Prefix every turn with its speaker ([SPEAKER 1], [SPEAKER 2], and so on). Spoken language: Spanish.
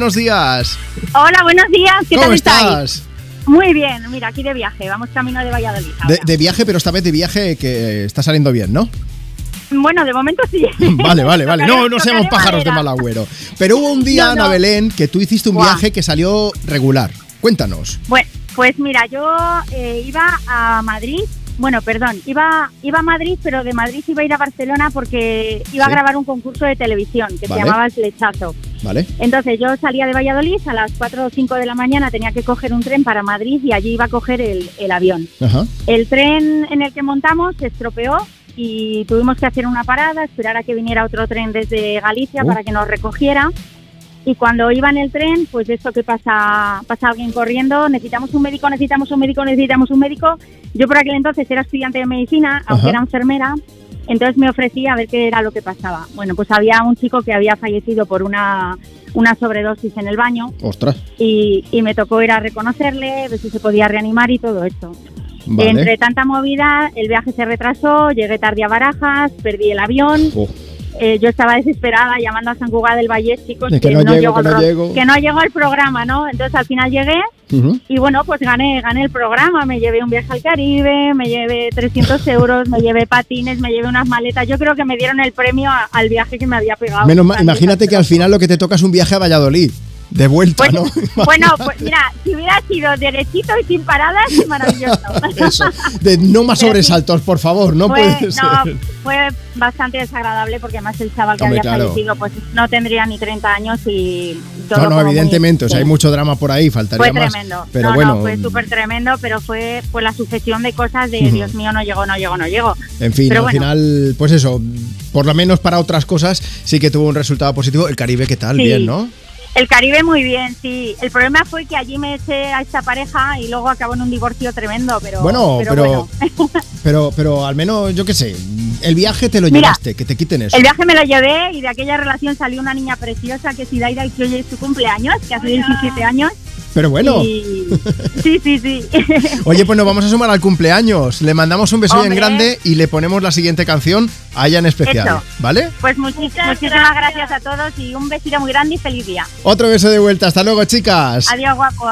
[SPEAKER 1] Buenos días.
[SPEAKER 2] Hola, buenos días. ¿Qué
[SPEAKER 1] ¿Cómo
[SPEAKER 2] tal estáis?
[SPEAKER 1] estás?
[SPEAKER 2] Muy bien, mira, aquí de viaje. Vamos camino de Valladolid.
[SPEAKER 1] De,
[SPEAKER 2] ahora.
[SPEAKER 1] de viaje, pero esta vez de viaje que está saliendo bien, ¿no?
[SPEAKER 2] Bueno, de momento sí.
[SPEAKER 1] Vale, vale, vale. No, no
[SPEAKER 2] Tocaré-
[SPEAKER 1] seamos
[SPEAKER 2] tocaré
[SPEAKER 1] pájaros de
[SPEAKER 2] madera.
[SPEAKER 1] mal agüero. Pero hubo un día,
[SPEAKER 2] No, no.
[SPEAKER 1] Ana Belén, que tú hiciste un
[SPEAKER 2] Buah.
[SPEAKER 1] viaje que salió regular. Cuéntanos.
[SPEAKER 2] Bueno, pues mira, yo eh, iba a Madrid. Bueno, perdón, iba, iba a Madrid, pero de Madrid iba a ir a Barcelona porque iba
[SPEAKER 1] Sí.
[SPEAKER 2] a grabar un concurso de televisión que
[SPEAKER 1] Vale.
[SPEAKER 2] se llamaba El Flechazo.
[SPEAKER 1] ¿Vale?
[SPEAKER 2] Entonces yo salía de Valladolid a las 4 o 5 de la mañana, tenía que coger un tren para Madrid y allí iba a coger el- el avión.
[SPEAKER 1] Ajá.
[SPEAKER 2] El tren en el que montamos se estropeó y tuvimos que hacer una parada, esperar a que viniera otro tren desde Galicia
[SPEAKER 1] Uh.
[SPEAKER 2] para que nos recogiera. Y cuando iba en el tren, pues de esto que pasa, pasa alguien corriendo, necesitamos un médico, necesitamos un médico, necesitamos un médico. Yo por aquel entonces era estudiante de medicina, aunque
[SPEAKER 1] Ajá.
[SPEAKER 2] era enfermera, entonces me ofrecí a ver qué era lo que pasaba. Bueno, pues había un chico que había fallecido por una, una sobredosis en el baño
[SPEAKER 1] Ostras.
[SPEAKER 2] y, y me tocó ir a reconocerle, ver si se podía reanimar y todo esto.
[SPEAKER 1] Vale.
[SPEAKER 2] Entre tanta movida, el viaje se retrasó, llegué tarde a Barajas, perdí el avión,
[SPEAKER 1] Oh,
[SPEAKER 2] eh, yo estaba desesperada llamando a San Cugat del Valle, chicos,
[SPEAKER 1] De que no llego, que
[SPEAKER 2] al
[SPEAKER 1] no
[SPEAKER 2] pro-
[SPEAKER 1] llego.
[SPEAKER 2] que no llegó el programa, ¿no? Entonces al final llegué
[SPEAKER 1] ujú.
[SPEAKER 2] y bueno, pues gané, gané el programa, me llevé un viaje al Caribe, me llevé 300 euros, me llevé patines, me llevé unas maletas, yo creo que me dieron el premio a- al viaje que me había pegado.
[SPEAKER 1] Menos mal,
[SPEAKER 2] Tan
[SPEAKER 1] imagínate que al final lo que te toca es un viaje a Valladolid. De vuelta,
[SPEAKER 2] Pues-
[SPEAKER 1] ¿no?
[SPEAKER 2] Bueno, pues mira, si hubiera sido derechito y sin paradas, maravilloso.
[SPEAKER 1] Eso. De no más
[SPEAKER 2] Pero sí.
[SPEAKER 1] sobresaltos, por favor, no
[SPEAKER 2] fue,
[SPEAKER 1] puede ser.
[SPEAKER 2] no, fue bastante desagradable porque además el chaval que
[SPEAKER 1] Hombre,
[SPEAKER 2] había
[SPEAKER 1] claro.
[SPEAKER 2] fallecido pues no tendría ni 30 años y todo
[SPEAKER 1] No, no,
[SPEAKER 2] como muy-
[SPEAKER 1] evidentemente, o sea, hay
[SPEAKER 2] sí.
[SPEAKER 1] mucho drama por ahí, faltaría
[SPEAKER 2] Fue
[SPEAKER 1] más.
[SPEAKER 2] tremendo.
[SPEAKER 1] Pero
[SPEAKER 2] no,
[SPEAKER 1] bueno,
[SPEAKER 2] no, fue súper tremendo, pero fue pues, la sucesión de cosas de
[SPEAKER 1] Ujú.
[SPEAKER 2] Dios mío, no llegó, no llegó, no llegó.
[SPEAKER 1] En fin,
[SPEAKER 2] Pero
[SPEAKER 1] al
[SPEAKER 2] bueno.
[SPEAKER 1] final, pues eso, por lo menos para otras cosas sí que tuvo un resultado positivo. El Caribe, ¿qué tal?
[SPEAKER 2] Sí.
[SPEAKER 1] Bien, ¿no?
[SPEAKER 2] El Caribe muy bien, sí. El problema fue que allí me eché a esta pareja y luego acabó en un divorcio tremendo, pero
[SPEAKER 1] Bueno, pero, pero,
[SPEAKER 2] bueno.
[SPEAKER 1] pero, al menos, yo qué sé, el viaje te lo
[SPEAKER 2] Mira,
[SPEAKER 1] llevaste, que te quiten eso.
[SPEAKER 2] El viaje me lo llevé y de aquella relación salió una niña preciosa que es Idaira y que hoy es su cumpleaños, que hace 17 años.
[SPEAKER 1] Pero bueno,
[SPEAKER 2] y- Sí, sí, sí.
[SPEAKER 1] oye, pues nos vamos a sumar al cumpleaños. Le mandamos un beso en
[SPEAKER 2] Hombre.
[SPEAKER 1] grande y le ponemos la siguiente canción a ella en especial.
[SPEAKER 2] Eso.
[SPEAKER 1] ¿Vale?
[SPEAKER 2] Pues muchi- muchísimas gracias a todos y un besito muy grande y feliz día.
[SPEAKER 1] Otro beso de vuelta. Hasta luego, chicas.
[SPEAKER 2] Adiós, guapo.